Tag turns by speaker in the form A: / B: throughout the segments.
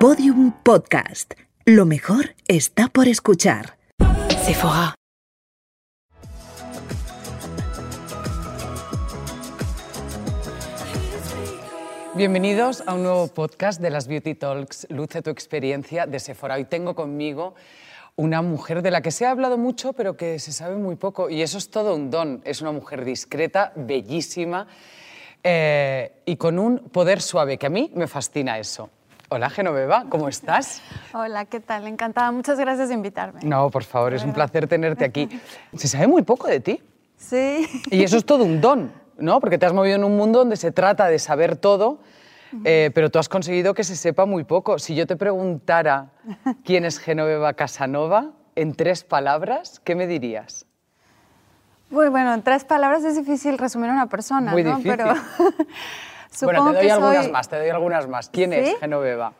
A: Podium Podcast. Lo mejor está por escuchar.
B: Sephora.
C: Bienvenidos a un nuevo podcast de las Beauty Talks, Luce tu experiencia de Sephora. Hoy tengo conmigo una mujer de la que se ha hablado mucho, pero que se sabe muy poco, y eso es todo un don. Es una mujer discreta, bellísima eh, y con un poder suave, que a mí me fascina eso. Hola Genoveva, ¿cómo estás?
D: Hola, ¿qué tal? Encantada. Muchas gracias de invitarme.
C: No, por favor, es un placer tenerte aquí. Se sabe muy poco de ti,
D: Sí.
C: y eso es todo un don, ¿no? Porque te has movido en un mundo donde se trata de saber todo, eh, pero tú has conseguido que se sepa muy poco. Si yo te preguntara quién es Genoveva Casanova, en tres palabras, ¿qué me dirías?
D: Muy bueno, en tres palabras es difícil resumir a una persona,
C: Muy
D: ¿no?
C: difícil.
D: Pero supongo
C: bueno, te doy
D: que
C: algunas
D: soy,
C: más, te doy algunas más. ¿Quién
D: ¿Sí?
C: es Genoveva?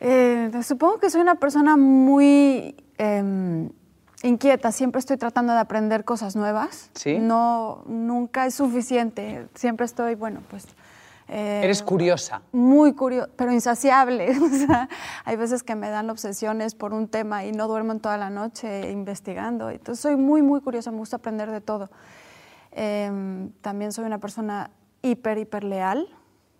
D: eh, supongo que soy una persona muy em, inquieta. Siempre estoy tratando de aprender cosas nuevas.
C: Sí.
D: No, nunca es suficiente. Siempre estoy, bueno, pues. eh,
C: Eres curiosa.
D: muy curioso, pero insaciable. O sea, hay veces que me dan obsesiones por un tema y no duermo en toda la noche investigando. Entonces soy muy, muy curiosa, me gusta aprender de todo. Em, también soy una persona hiper, hiper leal.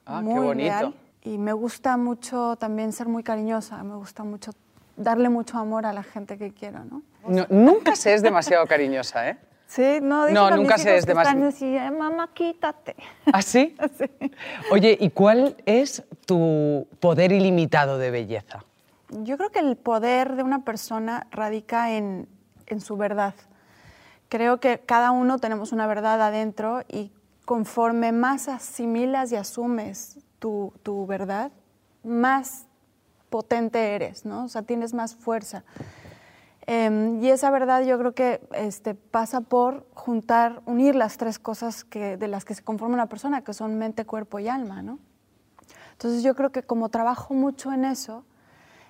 C: Ah, qué
D: muy
C: bonito.
D: leal. Y me gusta mucho también ser muy cariñosa, me gusta mucho darle mucho amor a la gente que quiero, ¿no?
C: No, nunca se es demasiado cariñosa, ¿eh?
D: Sí, no,
C: dicen No, a mis nunca hijos se es que demasi- están
D: mamá, quítate.
C: ¿Ah, sí? Oye, ¿y cuál es tu poder ilimitado de belleza?
D: Yo creo que el poder de una persona radica en, en su verdad. Creo que cada uno tenemos una verdad adentro y conforme más asimilas y asumes tu, tu verdad, más potente eres, ¿no? O sea, tienes más fuerza. Em, y esa verdad yo creo que este, pasa por juntar, unir las tres cosas que, de las que se conforma una persona, que son mente, cuerpo y alma, ¿no? Entonces yo creo que como trabajo mucho en eso,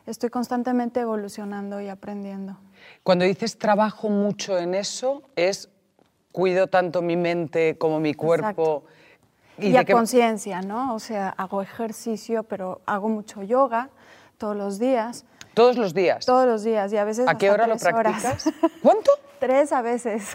D: estoy constantemente evolucionando y aprendiendo.
C: Cuando dices trabajo mucho en eso, es cuido tanto mi mente como mi cuerpo.
D: Y,
C: de
D: a
C: qué-
D: conciencia, ¿no? O sea, hago ejercicio, pero hago mucho yoga todos los días,
C: todos los días.
D: todos los días y a veces
C: ¿A qué
D: hasta
C: hora lo
D: tres horas.
C: practicas? ¿Cuánto?
D: tres a veces.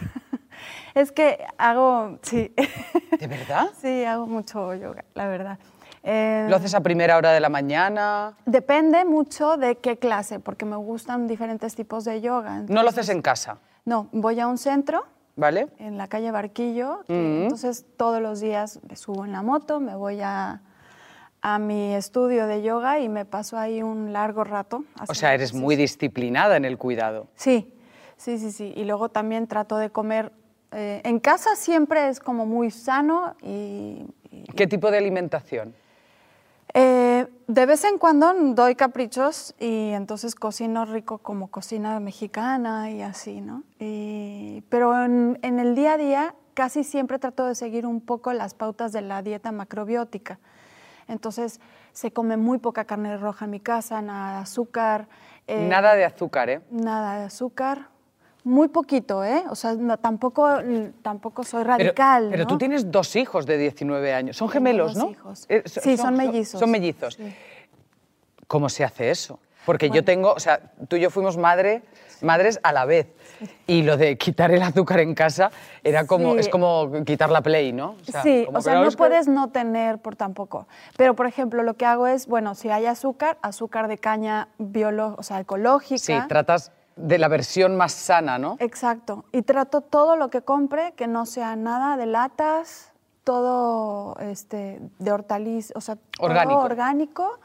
D: es que hago, sí,
C: ¿De verdad?
D: sí, hago mucho yoga, la verdad. Eh,
C: ¿Lo haces a primera hora de la mañana?
D: Depende mucho de qué clase, porque me gustan diferentes tipos de yoga.
C: No lo haces en casa,
D: No, voy a un centro
C: ¿vale?
D: en la calle Barquillo. que Entonces todos los días me subo en la moto, me voy a, a mi estudio de yoga y me paso ahí un largo rato.
C: O
D: haciendo
C: sea, eres muy
D: ejercicio.
C: disciplinada en el cuidado.
D: Sí, sí, sí, sí. Y luego también trato de comer. eh, en casa siempre es como muy sano y, y,
C: ¿Qué tipo de alimentación?
D: eh, de vez en cuando doy caprichos y entonces cocino rico como cocina mexicana y así, ¿no? Y- pero en, en el día a día casi siempre trato de seguir un poco las pautas de la dieta macrobiótica. Entonces se come muy poca carne roja en mi casa, nada de azúcar. eh,
C: Nada de azúcar, ¿eh?
D: Nada de azúcar. Muy poquito, ¿eh? O sea, no, tampoco, tampoco soy
C: Pero-
D: radical.
C: Pero, tú
D: ¿no?
C: tienes dos hijos de 19 años. Son
D: Tengo
C: gemelos,
D: dos
C: ¿no?
D: hijos.
C: Eh,
D: Sí, son mellizos.
C: Son mellizos.
D: Sí.
C: ¿Cómo se hace eso? Porque yo tengo, o sea, tú y yo fuimos madre, madres a la vez. Y lo de quitar el azúcar en casa era como,
D: Sí.
C: es como quitar la play, ¿no? O sea,
D: sí,
C: como
D: o
C: que
D: sea, no
C: es que-
D: puedes no tener por tampoco. Pero, por ejemplo, lo que hago es, bueno, si hay azúcar, azúcar de caña biolo o sea, ecológica.
C: Sí, tratas de la versión más sana, ¿no?
D: Exacto. Y trato todo lo que compre que no sea nada de latas, todo este, de hortalizas, o sea,
C: Orgánico.
D: todo orgánico.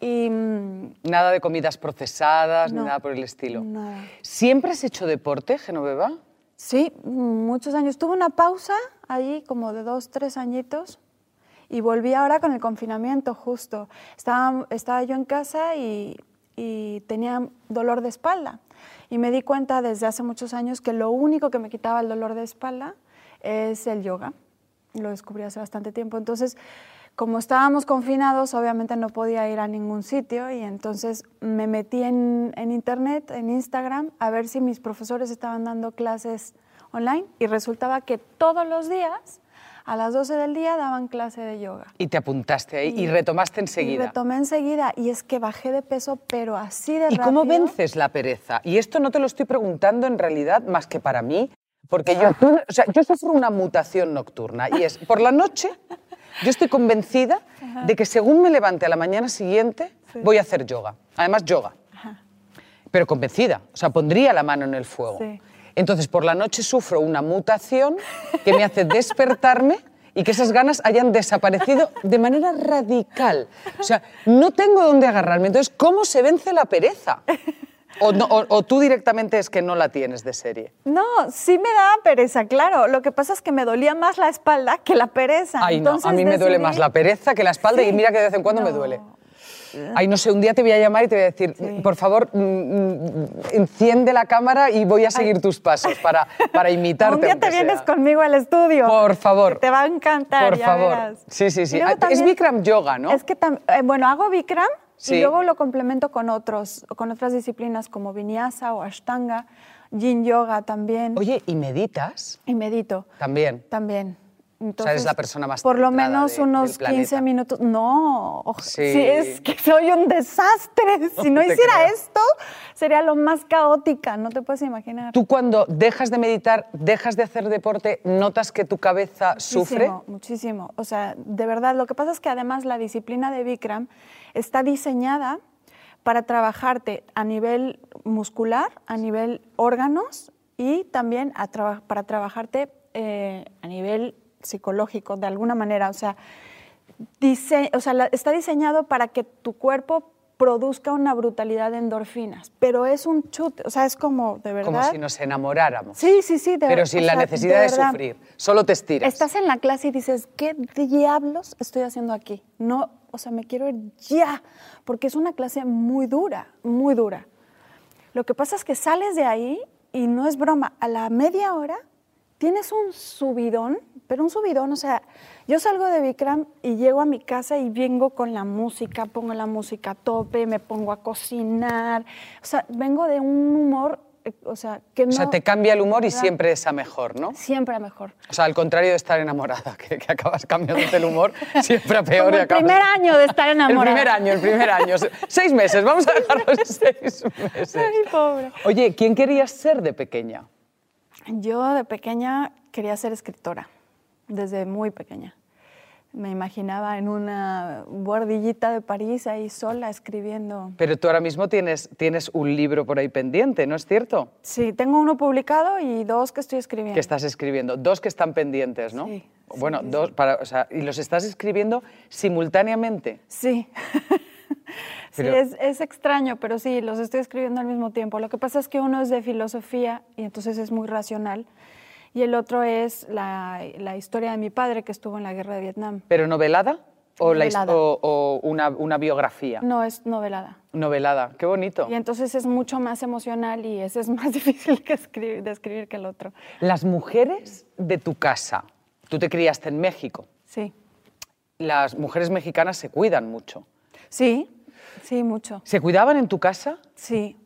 D: Y mm,
C: Nada de comidas procesadas
D: No,
C: ni nada por el estilo.
D: nada.
C: ¿Siempre has hecho deporte, Genoveva?
D: Sí, muchos años. Tuve una pausa ahí como de dos, tres añitos y volví ahora con el confinamiento justo. Estaba, estaba yo en casa y, y tenía dolor de espalda y me di cuenta desde hace muchos años que lo único que me quitaba el dolor de espalda es el yoga. Lo descubrí hace bastante tiempo. Entonces, como estábamos confinados, obviamente no podía ir a ningún sitio y entonces me metí en, en internet, en Instagram, a ver si mis profesores estaban dando clases online y resultaba que todos los días A las 12 del día daban clase de yoga.
C: Y te apuntaste ahí y, retomaste
D: Mm.
C: enseguida.
D: Y retomé enseguida y es que bajé de peso, pero así de
C: ¿Y
D: rápido.
C: cómo vences la pereza? Y esto no te lo estoy preguntando en realidad más que para mí, porque yo,
D: Ah.
C: tú- o sea, yo sufro una mutación nocturna y es por la noche. Yo estoy convencida de que según me levante a la mañana siguiente
D: Sí.
C: voy a hacer yoga. Además yoga,
D: Ajá.
C: pero convencida, o sea, pondría la mano en el fuego.
D: Sí.
C: Entonces por la noche sufro una mutación que me hace despertarme y que esas ganas hayan desaparecido de manera radical. O sea, no tengo dónde agarrarme. Entonces, ¿cómo se vence la pereza? O, no- o- o tú directamente es que no la tienes de serie.
D: No, sí me daba pereza, claro. Lo que pasa es que me dolía más la espalda que la pereza.
C: Ay, no, a
D: Entonces
C: mí me duele
D: decidí-
C: más la pereza que la espalda y
D: Sí.
C: mira que de vez en cuando me
D: No.
C: duele. Ay, no sé, un día te voy a llamar y te voy a decir,
D: Sí.
C: por favor, mm, mm, enciende la cámara y voy a seguir tus pasos para, para imitarte.
D: Un día
C: aunque
D: te vienes
C: sea.
D: conmigo al estudio.
C: Por favor.
D: Te va a encantar.
C: Por
D: ya
C: favor.
D: verás.
C: Sí, sí, sí.
D: Y luego
C: Ah, es
D: también-
C: Bikram yoga, ¿no?
D: Es que tam- eh, bueno, hago Bikram
C: Sí.
D: y luego lo complemento con otros, con otras disciplinas como vinyasa o ashtanga, yin yoga también
C: Oye, ¿y meditas?
D: y medito
C: También.
D: también.
C: sea,
D: Entonces,
C: eres la persona más
D: Por lo
C: centrada
D: menos
C: de-
D: unos
C: del
D: 15
C: planeta.
D: minutos. No, oj-
C: Sí.
D: sí, es que soy un desastre. Si no
C: Te
D: hiciera
C: creo.
D: esto, sería lo más caótica, no te puedes imaginar.
C: Tú cuando dejas de meditar, dejas de hacer deporte, notas que tu cabeza sufre.
D: Muchísimo, muchísimo. O sea, de verdad, lo que pasa es que además la disciplina de Bikram está diseñada para trabajarte a nivel muscular, a nivel órganos y también a traba- para trabajarte eh, a nivel psicológico, de alguna manera. O sea, dise- o sea, la- está diseñado para que tu cuerpo produzca una brutalidad de endorfinas, pero es un chute, o sea, es como, de verdad.
C: Como si nos enamoráramos.
D: Sí, sí, sí. de-
C: pero
D: o
C: sin la
D: sea,
C: necesidad de,
D: verdad.
C: sufrir. Solo te estiras.
D: Estás en la clase y dices, ¿qué diablos estoy haciendo aquí? No, o sea, me quiero ir ya, porque es una clase muy dura, muy dura. Lo que pasa es que sales de ahí y no es broma, a la media hora tienes un subidón, pero un subidón, o sea, yo salgo de Bikram y llego a mi casa y vengo con la música, pongo la música a tope, me pongo a cocinar, o sea, vengo de un humor, eh, o sea, que no...
C: O sea, te cambia el humor y
D: ¿verdad?
C: siempre es a mejor, ¿no?
D: Siempre a mejor.
C: O sea, al contrario de estar enamorada, que, que acabas cambiándote el humor, siempre a peor
D: Como
C: y
D: el
C: acabas...
D: primer año de estar enamorada.
C: El primer año, el primer año. Se- Seis meses, vamos a dejarlo en seis meses.
D: Ay, pobre.
C: Oye, ¿quién querías ser de pequeña?
D: Yo de pequeña quería ser escritora, desde muy pequeña. Me imaginaba en una bordillita de París ahí sola escribiendo.
C: Pero tú ahora mismo tienes, tienes un libro por ahí pendiente, ¿no es cierto?
D: Sí, tengo uno publicado y dos que estoy escribiendo.
C: Que estás escribiendo. Dos que están pendientes, ¿no?
D: Sí, sí,
C: Bueno,
D: sí, sí.
C: dos, para, o sea, y los estás escribiendo simultáneamente.
D: Sí. sí,
C: Pero-
D: es, es extraño, pero sí, los estoy escribiendo al mismo tiempo. Lo que pasa es que uno es de filosofía y entonces es muy racional. Y el otro es la, la historia de mi padre que estuvo en la guerra de Vietnam.
C: ¿Pero novelada? ¿O, la his-
D: Novelada. Mm.
C: o- o una, una biografía?
D: No es novelada.
C: Novelada, qué bonito.
D: Y entonces es mucho más emocional y ese es más difícil que escribir, de escribir que el otro.
C: Las mujeres de tu casa, tú te criaste en México,
D: Sí.
C: las mujeres mexicanas se cuidan mucho.
D: Sí, sí, mucho.
C: ¿Se cuidaban en tu casa?
D: Sí,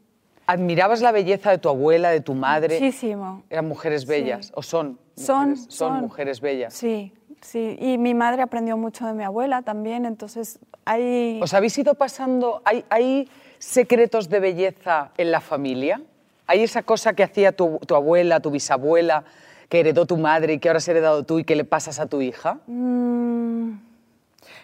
C: ¿Admirabas la belleza de tu abuela, de tu madre?
D: muchísimo.
C: Eran mujeres bellas, o son.
D: Son,
C: mujeres- son mujeres bellas.
D: Sí, sí. Y mi madre aprendió mucho de mi abuela también, entonces hay...
C: ¿Os habéis ido pasando, hay, hay secretos de belleza en la familia? ¿Hay esa cosa que hacía tu, tu abuela, tu bisabuela, que heredó tu madre y que ahora has heredado tú y que le pasas a tu hija?
D: Mm,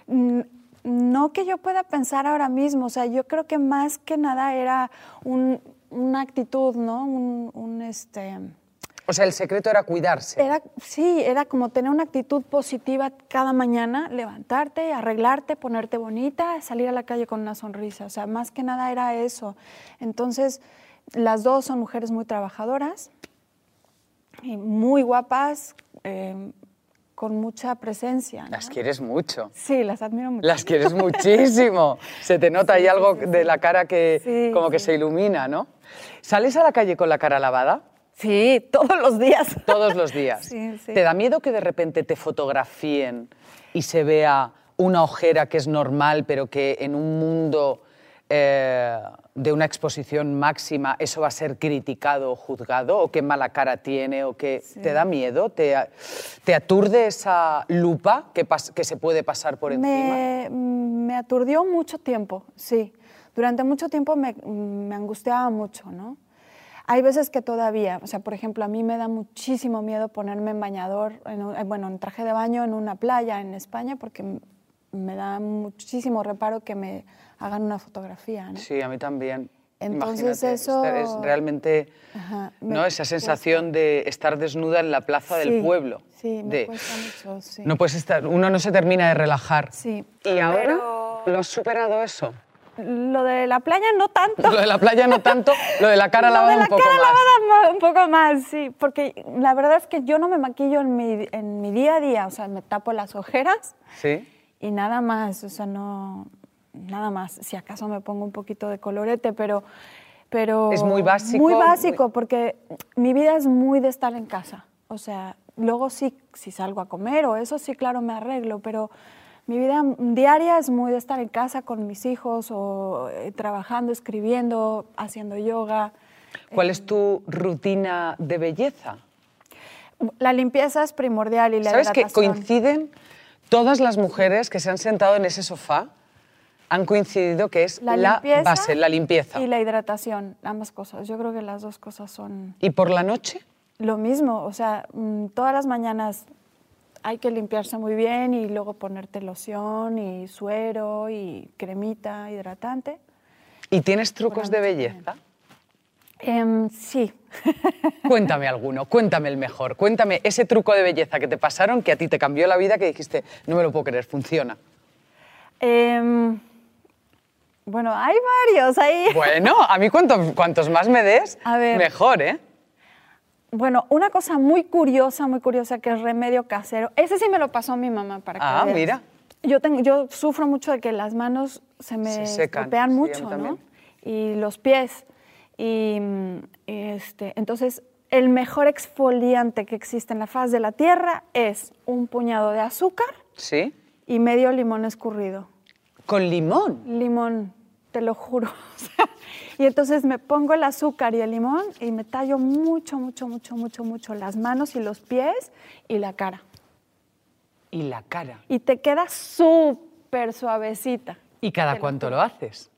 D: n- no que yo pueda pensar ahora mismo, o sea, yo creo que más que nada era un- una actitud, ¿no? Un, un, este...
C: O sea, el secreto era cuidarse.
D: Era, sí, era como tener una actitud positiva cada mañana, levantarte, arreglarte, ponerte bonita, salir a la calle con una sonrisa. O sea, más que nada era eso. Entonces, las dos son mujeres muy trabajadoras, y muy guapas, eh, con mucha presencia. ¿no?
C: Las quieres mucho.
D: Sí, las admiro mucho.
C: Las quieres muchísimo. Se te nota ahí algo de la cara que
D: Sí,
C: como que
D: sí.
C: se ilumina, ¿no? ¿Sales a la calle con la cara lavada?
D: Sí, todos los días.
C: Todos los días.
D: Sí, sí.
C: ¿Te da miedo que de repente te fotografíen y se vea una ojera que es normal, pero que en un mundo eh, de una exposición máxima, eso va a ser criticado o juzgado, o qué mala cara tiene, o qué te da miedo, te, a- te aturde esa lupa que, pas- que se puede pasar por encima.
D: Me, mm, me aturdió mucho tiempo, sí. Durante mucho tiempo me, mm, me angustiaba mucho, ¿no? Hay veces que todavía, o sea, por ejemplo, a mí me da muchísimo miedo ponerme en bañador, en un- eh, bueno, en traje de baño en una playa en España, porque m- me da muchísimo reparo que me hagan una fotografía, ¿no?
C: Sí, a mí también.
D: Entonces
C: Imagínate,
D: eso-
C: esta es realmente
D: Ajá, me
C: ¿no? esa sensación de estar desnuda en la plaza
D: Sí,
C: del pueblo.
D: sí, me
C: de-
D: cuesta mucho, sí.
C: No puedes estar, uno no se termina de relajar.
D: Sí.
C: ¿Y ahora lo has superado eso?
D: Lo de la playa no tanto.
C: Lo de la playa no tanto, lo de la cara
D: Lo
C: lavada
D: de la
C: un poco
D: cara
C: más.
D: lavada mo- un poco más, sí, porque la verdad es que yo no me maquillo en mi, en mi día a día, o sea, me tapo las ojeras
C: Sí.
D: y nada más, o sea, no, nada más, si acaso me pongo un poquito de colorete, pero... pero
C: Es muy básico,
D: Muy
C: muy-
D: básico, porque mi vida es muy de estar en casa, o sea, luego sí, si salgo a comer o eso sí, claro, me arreglo, pero... Mi vida diaria es muy de estar en casa con mis hijos o eh, trabajando, escribiendo, haciendo yoga.
C: ¿Cuál es tu rutina de belleza?
D: La limpieza es primordial y la
C: ¿Sabes que
D: hidratación.
C: coinciden todas las mujeres que se han sentado en ese sofá? Han coincidido que es la, base, la limpieza.
D: Y
C: Y,
D: la hidratación, ambas cosas. Yo creo que las dos cosas son
C: por la noche,
D: lo mismo. O sea, mm, todas las mañanas hay que limpiarse muy bien y luego ponerte loción y suero y cremita hidratante.
C: ¿y tienes trucos de belleza?
D: Em, sí.
C: Cuéntame alguno, cuéntame el mejor, cuéntame ese truco de belleza que te pasaron, que a ti te cambió la vida, que dijiste, no me lo puedo creer, funciona.
D: Em, bueno, hay varios ahí.
C: Bueno, a mí cuanto- cuantos más me des,
D: A ver.
C: mejor, ¿eh?
D: Bueno, una cosa muy curiosa, muy curiosa, que es remedio casero. Ese sí me lo pasó mi mamá para que
C: Ah,
D: veas.
C: mira.
D: Yo, tengo, yo sufro mucho de que las manos se me
C: Se secan,
D: estropean
C: sí, a mí
D: mucho, ¿no?
C: también.
D: Y los pies. Y mm, este, entonces, el mejor exfoliante que existe en la faz de la tierra es un puñado de azúcar
C: Sí.
D: y medio limón escurrido.
C: Con limón.
D: Limón, te lo juro. O sea, y entonces me pongo el azúcar y el limón y me tallo mucho, mucho, mucho, mucho, mucho las manos y los pies y la cara.
C: Y la cara.
D: Y te queda súper suavecita.
C: ¿Y cada cuánto lo haces?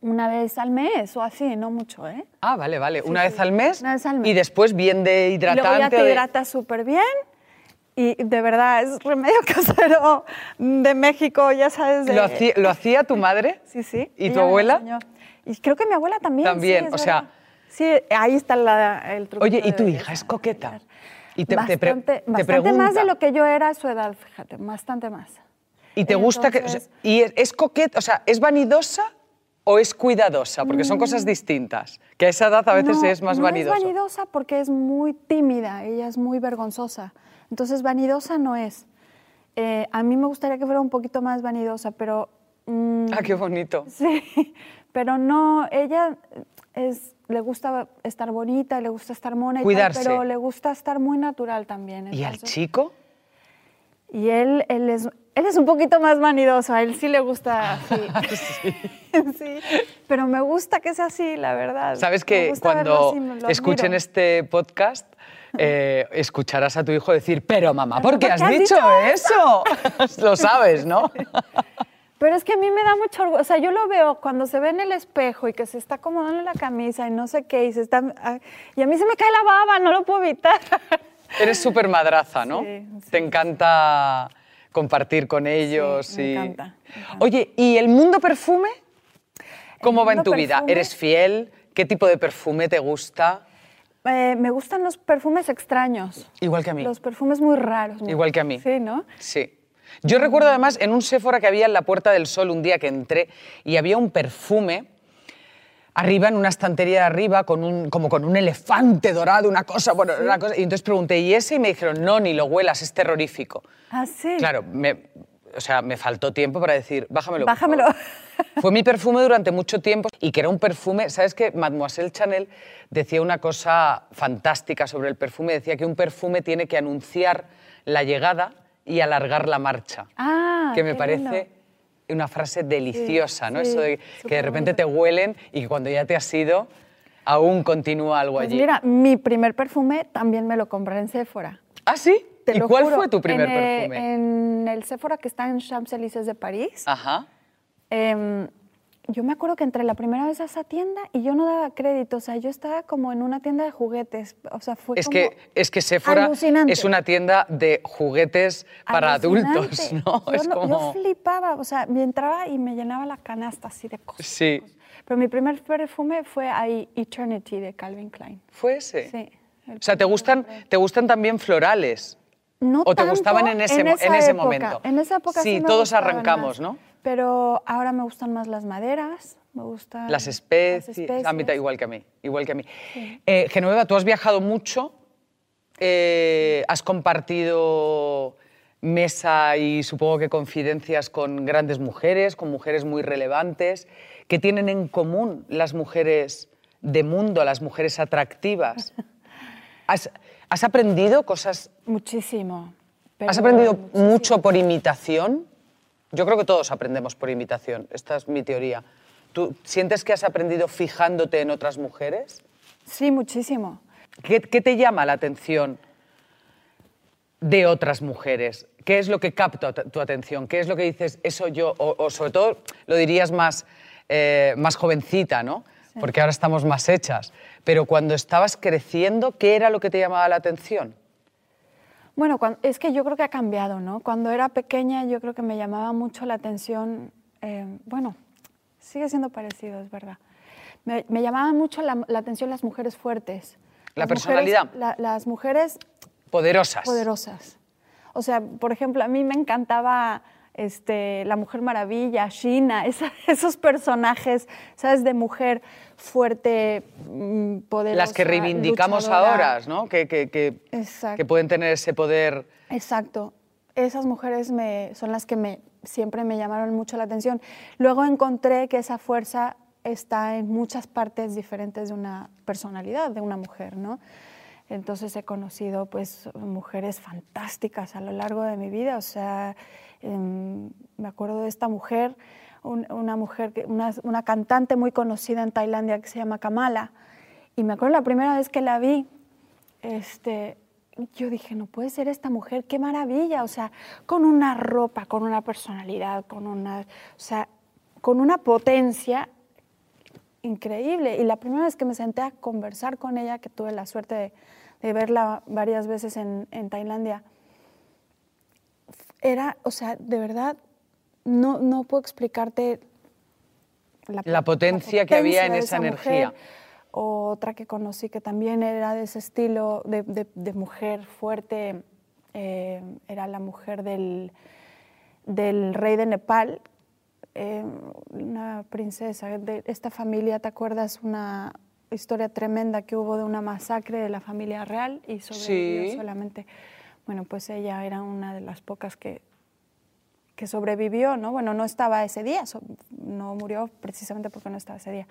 D: Una vez al mes o así, no mucho, ¿eh?
C: Ah, vale, vale. una, vez al mes,
D: Una vez al
C: Y
D: mes.
C: después bien de
D: Y
C: hidratante.
D: luego ya
C: o
D: te
C: de-
D: hidratas súper bien. Y de verdad, es remedio casero de México, ya sabes. De...
C: ¿Lo, hacía, lo hacía tu madre?
D: Sí, sí.
C: ¿Y
D: ella
C: tu
D: me lo
C: abuela?
D: enseñó. Y creo que mi abuela también. sí,
C: También,
D: es
C: o sea-
D: verdad. Sí, ahí está la- el truco.
C: Oye, ¿y tu hija es coqueta? Y te, te pre-
D: bastante
C: te
D: bastante
C: pregunta,
D: más de lo que yo era a su edad, fíjate, bastante más.
C: ¿Y te gusta que.? o sea,
D: Entonces-
C: ¿Y es, es coqueta? O sea, ¿es vanidosa o es cuidadosa? Porque son cosas distintas. Que a esa edad a veces
D: Mm. No,
C: es más
D: no
C: vanidosa.
D: es vanidosa porque es muy tímida, ella es muy vergonzosa. Entonces, vanidosa no es. Eh, a mí me gustaría que fuera un poquito más vanidosa, pero... mm,
C: Ah, qué bonito.
D: Sí, pero no, ella es, le gusta estar bonita, le gusta estar mona, y tal,
C: Cuidarse.
D: pero le gusta estar muy natural también.
C: ¿Y al
D: entonces-
C: chico?
D: Y él, él, es, él es un poquito más vanidoso, a él sí le gusta así. sí. pero me gusta que sea así, la verdad.
C: Sabes
D: Me
C: que
D: gusta verlo
C: cuando
D: así, me lo
C: escuchen
D: admiro.
C: este podcast, eh, escucharás a tu hijo decir, pero mamá, ¿por qué
D: ¿por
C: has dicho eso? Lo sabes, ¿no?
D: Pero es que a mí me da mucho orgullo. O sea, yo lo veo cuando se ve en el espejo y que se está acomodando la camisa y no sé qué, y, se está, ah, y a mí se me cae la baba, no lo puedo evitar.
C: Eres súper madraza, ¿no?
D: Sí, sí,
C: Te encanta compartir con ellos.
D: Sí, me
C: y...
D: encanta, me encanta.
C: Oye, ¿y el mundo perfume? ¿Cómo va en
D: mundo
C: tu vida?
D: perfume-
C: ¿Eres fiel? ¿Qué tipo de perfume te gusta?
D: Eh, me gustan los perfumes extraños.
C: Igual que a mí.
D: Los perfumes muy raros. ¿no?
C: Igual que a mí.
D: Sí, ¿no?
C: Sí. Yo recuerdo además en un Sephora que había en la Puerta del Sol un día que entré y había un perfume arriba, en una estantería de arriba, con un, como con un elefante dorado, una cosa, bueno, una cosa. Y entonces pregunté, ¿y ese? Y me dijeron, no, ni lo huelas, es terrorífico.
D: Ah, sí.
C: Claro, me, o sea, me faltó tiempo para decir, bájamelo. por
D: Bájamelo.
C: favor". Fue mi perfume durante mucho tiempo y que era un perfume, ¿sabes qué? Mademoiselle Chanel decía una cosa fantástica sobre el perfume, decía que un perfume tiene que anunciar la llegada y alargar la marcha,
D: Ah,
C: que me
D: qué
C: parece
D: lindo.
C: una frase deliciosa, ¿no?
D: sí,
C: Eso de que de
D: súper
C: repente
D: bonito.
C: te huelen y cuando ya te has ido, aún continúa algo
D: Pues
C: allí.
D: mira, mi primer perfume también me lo compré en Sephora.
C: ¿Ah, sí?
D: Te
C: ¿Y
D: lo
C: cuál
D: juro.
C: fue tu primer
D: En, eh,
C: perfume? Ah.
D: En el Sephora que está en Champs-Élysées de París.
C: Ajá.
D: Em, yo me acuerdo que entré la primera vez a esa tienda y yo no daba crédito. O sea, yo estaba como en una tienda de juguetes. O sea, fue
C: Es
D: como
C: que, es que Sephora
D: alucinante.
C: es una tienda de juguetes para
D: alucinante.
C: adultos, ¿no?
D: Yo,
C: es
D: no- yo
C: como...
D: flipaba. O sea, me entraba y me llenaba la canasta así de cosas.
C: Sí.
D: Pero mi primer perfume fue ahí, Eternity de Calvin Klein.
C: ¿Fue ese?
D: Sí. el
C: O sea, ¿te
D: primero.
C: gustan, ¿te gustan también florales?
D: No
C: ¿O te
D: tanto
C: gustaban en ese, mo-
D: esa
C: en ese
D: época.
C: momento?
D: En esa época sí,
C: Sí,
D: me
C: todos
D: gustaban más.
C: arrancamos, ¿no?
D: Pero ahora me gustan más las maderas, me gustan
C: Las especies. A mí da igual que a mí, igual que a mí. Eh, Genoveva, tú has viajado mucho, eh, has compartido mesa y supongo que confidencias con grandes mujeres, con mujeres muy relevantes. ¿Qué tienen en común las mujeres de mundo, las mujeres atractivas? ¿Has, has aprendido cosas
D: Muchísimo.
C: ¿Has
D: pero
C: aprendido
D: muchísimo.
C: mucho por imitación? Yo creo que todos aprendemos por imitación, esta es mi teoría. ¿Tú sientes que has aprendido fijándote en otras mujeres?
D: Sí, muchísimo.
C: ¿Qué, qué te llama la atención de otras mujeres? ¿Qué es lo que capta tu atención? ¿Qué es lo que dices, eso yo, o, o sobre todo lo dirías más, eh, más jovencita, ¿no? Porque ahora estamos más hechas. Pero cuando estabas creciendo, ¿qué era lo que te llamaba la atención?
D: Bueno, cuan- es que yo creo que ha cambiado, ¿no? Cuando era pequeña yo creo que me llamaba mucho la atención, eh, bueno, sigue siendo parecido, es verdad. Me, me llamaba mucho la, la atención las mujeres fuertes.
C: La
D: Las mujeres-
C: personalidad.
D: la- las mujeres
C: Poderosas.
D: poderosas. O sea, por ejemplo, a mí me encantaba este, La Mujer Maravilla, China, esos personajes, ¿sabes? De mujer fuerte, mm, poderosa.
C: las que reivindicamos
D: luchadora.
C: ahora, ¿no? Que, que- que-
D: Exacto.
C: que pueden tener ese poder.
D: Exacto. Esas mujeres me, son las que me, siempre me llamaron mucho la atención. Luego encontré que esa fuerza está en muchas partes diferentes de una personalidad, de una mujer, ¿no? Entonces he conocido pues mujeres fantásticas a lo largo de mi vida, o sea, em, me acuerdo de esta mujer, un- una mujer, que- una, una cantante muy conocida en Tailandia que se llama Kamala, y me acuerdo la primera vez que la vi, este, yo dije, no puede ser esta mujer, qué maravilla, o sea, con una ropa, con una personalidad, con una, o sea, con una potencia increíble. Y la primera vez que me senté a conversar con ella, que tuve la suerte de, de verla varias veces en, en Tailandia, era, o sea, de verdad, no, no puedo explicarte
C: La potencia que había en
D: de
C: esa
D: mujer.
C: energía.
D: O otra que conocí que también era de ese estilo de, de- de mujer fuerte, eh, era la mujer del, del rey de Nepal, eh, una princesa de esta familia, ¿te acuerdas? Una historia tremenda que hubo de una masacre de la familia real y sobrevivió
C: Sí.
D: solamente. Bueno, pues ella era una de las pocas que que sobrevivió, ¿no? Bueno, no estaba ese día, so- no murió precisamente porque no estaba ese día.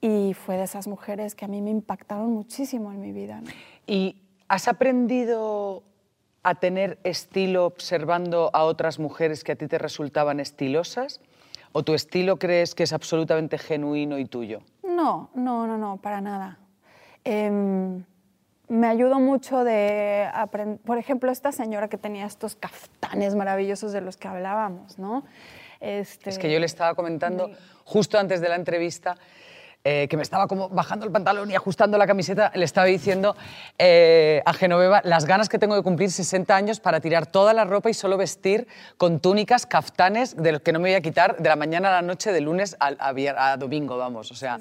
D: Y fue de esas mujeres que a mí me impactaron muchísimo en mi vida, ¿no?
C: ¿Y has aprendido a tener estilo observando a otras mujeres que a ti te resultaban estilosas? ¿O tu estilo crees que es absolutamente genuino y tuyo?
D: No, no, no, no, para nada. Em, me ayudó mucho de aprender, por ejemplo, esta señora que tenía estos caftanes maravillosos de los que hablábamos, ¿no? Este,
C: Es que yo le estaba comentando justo antes de la entrevista eh, que me estaba como bajando el pantalón y ajustando la camiseta. Le estaba diciendo eh, a Genoveva las ganas que tengo de cumplir 60 años para tirar toda la ropa y solo vestir con túnicas, caftanes, de los que no me voy a quitar de la mañana a la noche, de lunes al- a, vier- a domingo, vamos. O sea,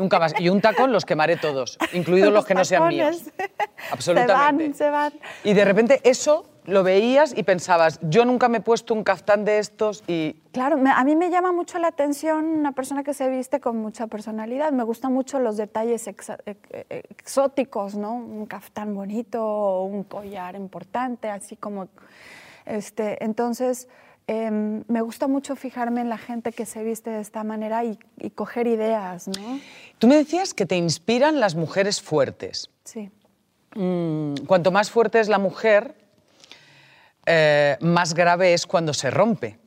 C: nunca más. Y un tacón los quemaré todos, incluidos los, que no sean míos.
D: tacones.
C: Absolutamente.
D: Se van, se van.
C: Y de repente eso lo veías y pensabas, yo nunca me he puesto un caftán de estos y
D: Claro, me- a mí me llama mucho la atención una persona que se viste con mucha personalidad. Me gustan mucho los detalles exa- ex- eh, exóticos, ¿no? Un caftán bonito, o un collar importante, así como... Este, entonces, em, me gusta mucho fijarme en la gente que se viste de esta manera y, y coger ideas, ¿no?
C: Tú me decías que te inspiran las mujeres fuertes.
D: Sí.
C: Mm, cuanto más fuerte es la mujer, eh, más grave es cuando se rompe.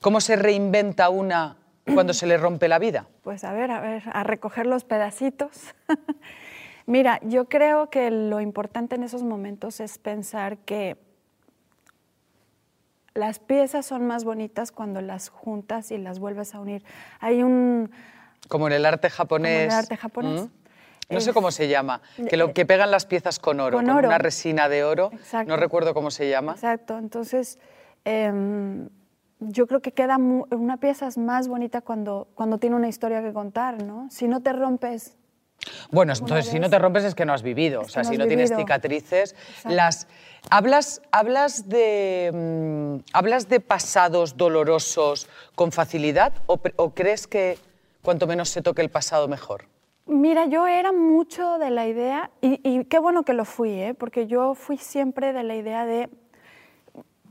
C: ¿Cómo se reinventa una cuando se le rompe la vida?
D: Pues a ver, a ver, a recoger los pedacitos. Mira, yo creo que lo importante en esos momentos es pensar que las piezas son más bonitas cuando las juntas y las vuelves a unir. Hay un...
C: Como en el arte
D: como en
C: japonés.
D: el arte japonés.
C: ¿Mm? No sé cómo se llama, que
D: eh,
C: lo que pegan las piezas con oro,
D: con
C: con,
D: oro.
C: una resina de oro,
D: Exacto.
C: no recuerdo cómo se llama.
D: Exacto, entonces em, yo creo que queda mu- una pieza es más bonita cuando, cuando tiene una historia que contar, ¿no? Si no te rompes,
C: Bueno, entonces si no
D: vez.
C: te rompes es que no has vivido,
D: Es
C: o
D: que
C: sea,
D: no
C: si
D: has
C: no tienes
D: vivido.
C: cicatrices,
D: Exacto.
C: las hablas hablas de mm, hablas de pasados dolorosos con facilidad o, pre- o crees que cuanto menos se toque el pasado mejor.
D: mira, yo era mucho de la idea, y, y qué bueno que lo fui, ¿eh? porque yo fui siempre de la idea de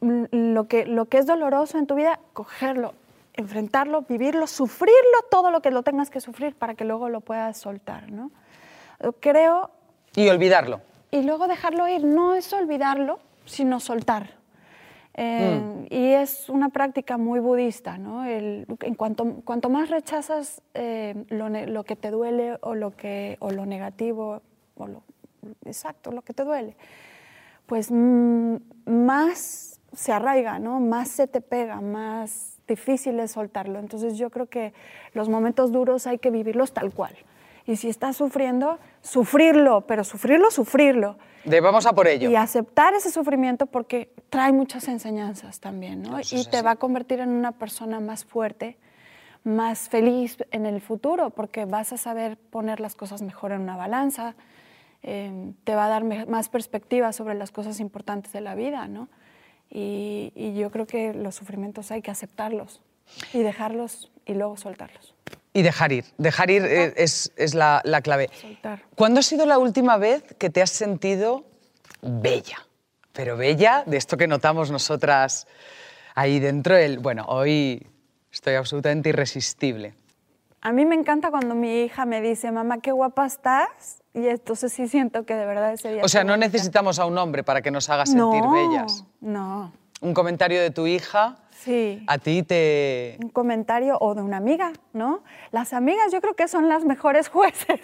D: mm, lo que, lo que es doloroso en tu vida, cogerlo, enfrentarlo, vivirlo, sufrirlo, todo lo que lo tengas que sufrir para que luego lo puedas soltar, ¿no? Creo
C: Y olvidarlo.
D: y luego dejarlo ir. No es olvidarlo, sino soltar. Eh, Y es una práctica muy budista, ¿no? El- en cuanto, cuanto más rechazas eh, lo, ne- lo que te duele o lo, que, o lo negativo, o lo, exacto, lo que te duele, pues mm, más se arraiga, ¿no? Más se te pega, más difícil es soltarlo. Entonces yo creo que los momentos duros hay que vivirlos tal cual. Y si estás sufriendo, sufrirlo, pero sufrirlo, sufrirlo.
C: De vamos a por ello.
D: Y aceptar ese sufrimiento porque trae muchas enseñanzas también, ¿no?
C: Eso
D: y
C: es
D: te
C: así.
D: va a convertir en una persona más fuerte, más feliz en el futuro, porque vas a saber poner las cosas mejor en una balanza, eh, te va a dar me- más perspectiva sobre las cosas importantes de la vida, ¿no? Y, y yo creo que los sufrimientos hay que aceptarlos y dejarlos y luego soltarlos.
C: Y dejar ir. Dejar ir eh, es, es la, la clave.
D: Ah. Soltar.
C: ¿Cuándo ha sido la última vez que te has sentido bella? Pero bella, de esto que notamos nosotras ahí dentro, el, bueno, hoy estoy absolutamente irresistible.
D: A mí me encanta cuando mi hija me dice, mamá, qué guapa estás. Y entonces sí siento que de verdad ese día...
C: O sea,
D: estoy
C: no
D: bonita.
C: necesitamos a un hombre para que nos haga sentir
D: no,
C: bellas.
D: No,
C: Un comentario de tu hija
D: sí.
C: a ti te...
D: Un comentario o de una amiga, ¿no? Las amigas yo creo que son las mejores jueces,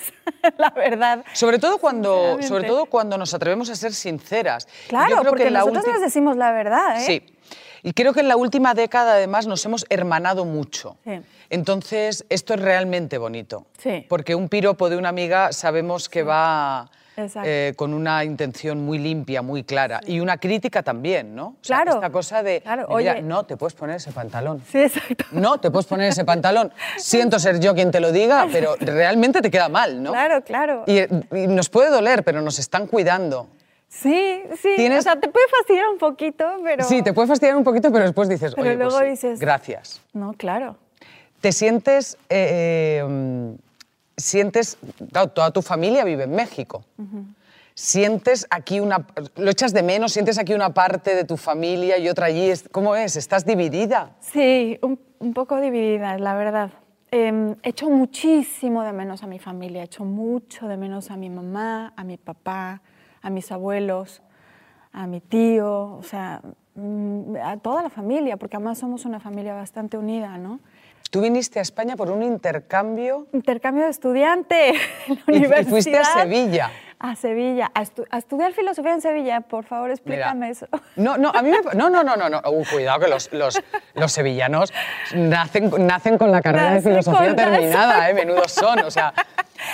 D: la verdad.
C: Sobre todo, cuando,
D: Sinceramente.
C: sobre todo cuando nos atrevemos a ser sinceras. Y yo
D: Claro,
C: creo que
D: porque
C: en la
D: nosotros
C: última-
D: les decimos la verdad, ¿eh?
C: Sí. Y creo que en la última década, además, nos hemos hermanado mucho.
D: Sí.
C: Entonces, esto es realmente bonito.
D: Sí.
C: Porque un piropo de una amiga sabemos que va
D: Exacto.
C: eh, con una intención muy limpia, muy clara. Y una crítica también, ¿no? O sea,
D: Claro.
C: Esta cosa de,
D: Claro,
C: de, mira,
D: oye.
C: no, te puedes poner ese pantalón.
D: Sí, exacto.
C: No, te puedes poner ese pantalón. Siento ser yo quien te lo diga, pero realmente te queda mal, ¿no?
D: Claro, claro.
C: Y, y nos puede doler, pero nos están cuidando.
D: Sí, sí.
C: Tienes-
D: O sea, te puede fastidiar un poquito, pero...
C: Sí, te puede fastidiar un poquito, pero después dices,
D: Pero
C: oye, pues
D: luego
C: sí,
D: dices-
C: gracias.
D: No, claro.
C: ¿Te sientes, eh, eh, mm, sientes, claro, toda tu familia vive en México? ¿Sientes aquí una, lo echas de menos, sientes aquí una parte de tu familia y otra allí? Es- ¿Cómo es? ¿Estás dividida?
D: Sí, un, un poco dividida, la verdad. Em, echo muchísimo de menos a mi familia, echo mucho de menos a mi mamá, a mi papá, a mis abuelos, a mi tío, o sea, mm, a toda la familia, porque además somos una familia bastante unida, ¿no?
C: Tú viniste a España por un intercambio
D: Intercambio de estudiante en la
C: y-
D: universidad.
C: y fuiste a Sevilla.
D: A Sevilla, a, estu- a estudiar filosofía en Sevilla, por favor,
C: Mira,
D: explícame eso.
C: No, no, a mí me, no, no, no, no, no. Uh, cuidado que los, los, los sevillanos nacen, nacen con la carrera de
D: Nacen
C: filosofía
D: con
C: terminada, eh, menudo son, o sea,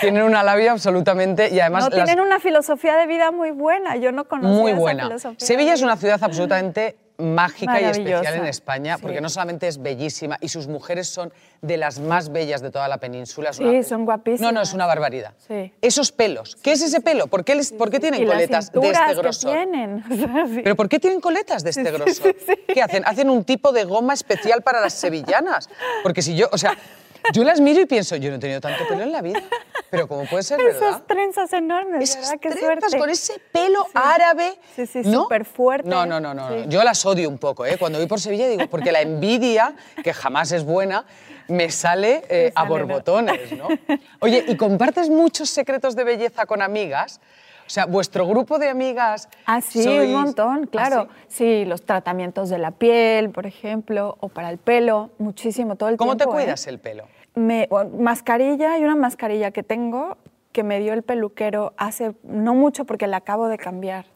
C: tienen una labia absolutamente y además
D: No,
C: las-
D: tienen una filosofía de vida muy buena, yo no conocía
C: muy
D: esa
C: buena.
D: filosofía.
C: Sevilla es una ciudad absolutamente mágica y especial en
D: Maravillosa,
C: España
D: sí.
C: porque no solamente es bellísima y sus mujeres son de las más bellas de toda la península. Es
D: Sí,
C: una-
D: son
C: No, no,
D: guapísimas.
C: es una barbaridad.
D: Sí.
C: Esos pelos, ¿qué es ese pelo? ¿Por qué, les- ¿por qué tienen
D: y
C: coletas
D: las
C: de
D: cinturas
C: este
D: que
C: grosor?
D: tienen. o sea, sí.
C: ¿Pero por qué tienen coletas de este grosor? ¿Qué hacen? Hacen un tipo de goma especial para las sevillanas. Porque si yo, o sea, yo las miro y pienso, yo no he tenido tanto pelo en la vida. Pero ¿cómo puede ser, pues, verdad?
D: Esas trenzas enormes,
C: Esas
D: ¿verdad? Qué
C: trenzas
D: suerte.
C: con ese pelo
D: Sí.
C: árabe.
D: Sí, sí,
C: ¿no?
D: superfuerte.
C: No, no, no, no, no.
D: Sí.
C: Yo las odio un poco, ¿eh? Cuando voy por Sevilla digo, porque la envidia, que jamás es buena, me sale, eh,
D: Me sale,
C: a
D: ¿no?
C: borbotones, ¿no? Oye, ¿y compartes muchos secretos de belleza con amigas? O sea, vuestro grupo de amigas.
D: Ah, sí,
C: sois-
D: un montón, claro.
C: ¿Ah, sí?
D: sí? los tratamientos de la piel, por ejemplo, o para el pelo, muchísimo, todo el
C: ¿Cómo
D: tiempo.
C: te
D: ¿eh?
C: cuidas el pelo?
D: Me, bueno, mascarilla, hay una mascarilla que tengo que me dio el peluquero hace no mucho porque la acabo de cambiar.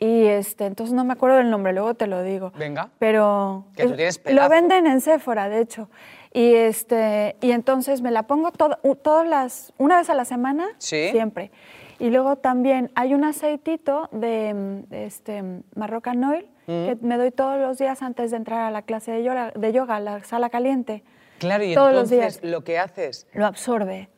D: Y este, entonces no me acuerdo del nombre, luego te lo digo.
C: Venga.
D: Pero
C: Que tú tienes
D: lo
C: pedazo.
D: venden en Sephora, de hecho. Y este, y entonces me la pongo todo- u- todas las una vez a la semana,
C: Sí.
D: siempre. Y luego también hay un aceitito de mm, este mm, Marrocan Oil que me doy todos los días antes de entrar a la clase de yoga, de yoga a la sala caliente.
C: Claro, y
D: todos los
C: entonces
D: días
C: lo que haces.
D: lo absorbe.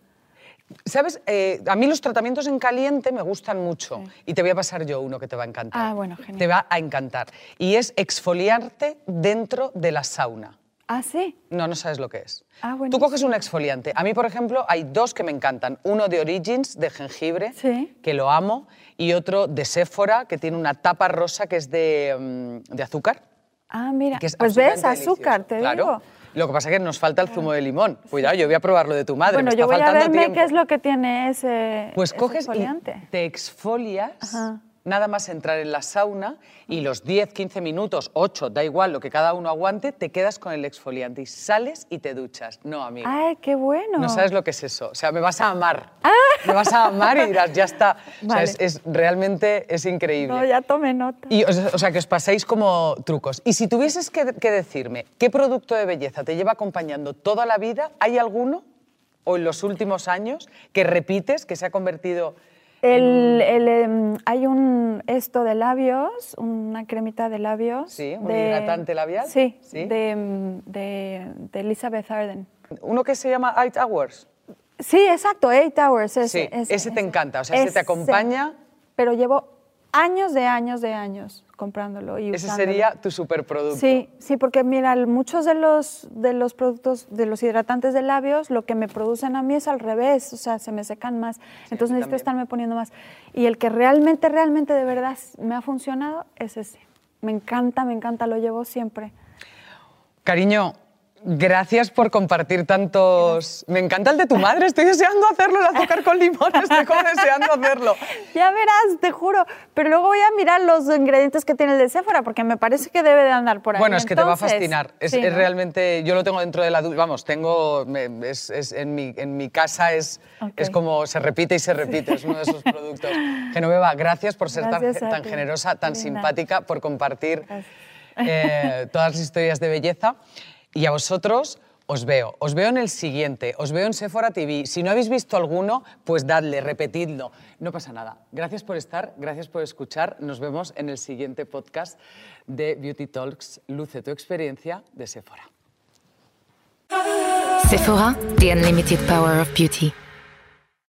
C: ¿Sabes? Eh, a mí los tratamientos en caliente me gustan mucho y te voy a pasar yo uno que te va a encantar.
D: Ah, bueno, genial.
C: Te va a encantar. Y es exfoliarte dentro de la sauna.
D: Ah, sí.
C: No, no sabes lo que es.
D: Ah,
C: Tú
D: buenísimo.
C: coges un exfoliante. A mí, por ejemplo, hay dos que me encantan. Uno de Origins, de jengibre,
D: Sí.
C: que lo amo, y otro de Sephora, que tiene una tapa rosa que es de, mm, de azúcar.
D: Ah, mira.
C: que es
D: pues ves,
C: absolutamente
D: azúcar,
C: delicioso.
D: te
C: Claro.
D: digo.
C: Lo que pasa es que nos falta el zumo de limón. Cuidado, yo voy a probarlo de tu madre.
D: bueno,
C: me
D: yo
C: está
D: voy a
C: faltando
D: verme
C: tiempo.
D: qué es lo que tiene ese.
C: Pues
D: ese
C: coges y
D: exfoliante.
C: te exfolias,
D: Ajá.
C: nada más entrar en la sauna y los 10, 15 minutos, 8, da igual lo que cada uno aguante, te quedas con el exfoliante y sales y te duchas. No, amigo.
D: Ay, qué bueno.
C: No sabes lo que es eso. O sea, me vas a amar. Me vas a amar y dirás, ya está. O sea,
D: Ah. Vale.
C: es, es- realmente es increíble.
D: No, ya tomé nota.
C: Y, o sea, o sea, que os paséis como trucos. Y si tuvieses que, que decirme qué producto de belleza te lleva acompañando toda la vida, ¿hay alguno, o en los últimos años, que repites, que se ha convertido...
D: El,
C: Mm.
D: el, em, hay un esto de labios, una cremita de labios.
C: Sí, un hidratante labial.
D: Sí,
C: Sí.
D: De, em, de, de Elizabeth Arden.
C: Uno que se llama Eight Hours.
D: Sí, exacto, Eight Hours. Ese,
C: Sí, ese te encanta, o sea, ese te acompaña.
D: Pero llevo años de años de años comprándolo y
C: Ese
D: usándolo.
C: sería tu superproducto.
D: Sí, sí, porque mira, el- muchos de los, de los productos, de los hidratantes de labios, lo que me producen a mí es al revés, o sea, se me secan más. Entonces necesito
C: también.
D: estarme poniendo más. Y el que realmente, realmente de verdad me ha funcionado es ese. Me encanta, me encanta, lo llevo siempre.
C: Cariño, gracias por compartir tantos... Me encanta el de tu madre, estoy deseando hacerlo, el azúcar con limón, estoy como deseando hacerlo.
D: Ya verás, te juro. Pero luego voy a mirar los ingredientes que tiene el de Sephora, porque me parece que debe de andar por ahí.
C: Bueno, es que te va a
D: Entonces,
C: fascinar. Es,
D: sí,
C: es
D: ¿no?
C: realmente, yo lo tengo dentro de la ducha, vamos, tengo, me- es, es- en, mi, en mi casa es,
D: Ok.
C: es como se repite y se repite, es uno de esos productos. Genoveva, gracias por ser tan-
D: Gracias
C: tan,
D: a ti,
C: generosa, tan
D: linda.
C: simpática, por compartir
D: Gracias.
C: eh, todas las historias de belleza. Y a vosotros os veo, os veo en el siguiente, os veo en Sephora TV. Si no habéis visto alguno, pues dadle, repetidlo, no pasa nada. Gracias por estar, gracias por escuchar. Nos vemos en el siguiente podcast de Beauty Talks, Luce tu experiencia de Sephora.
E: Sephora, the unlimited power of beauty.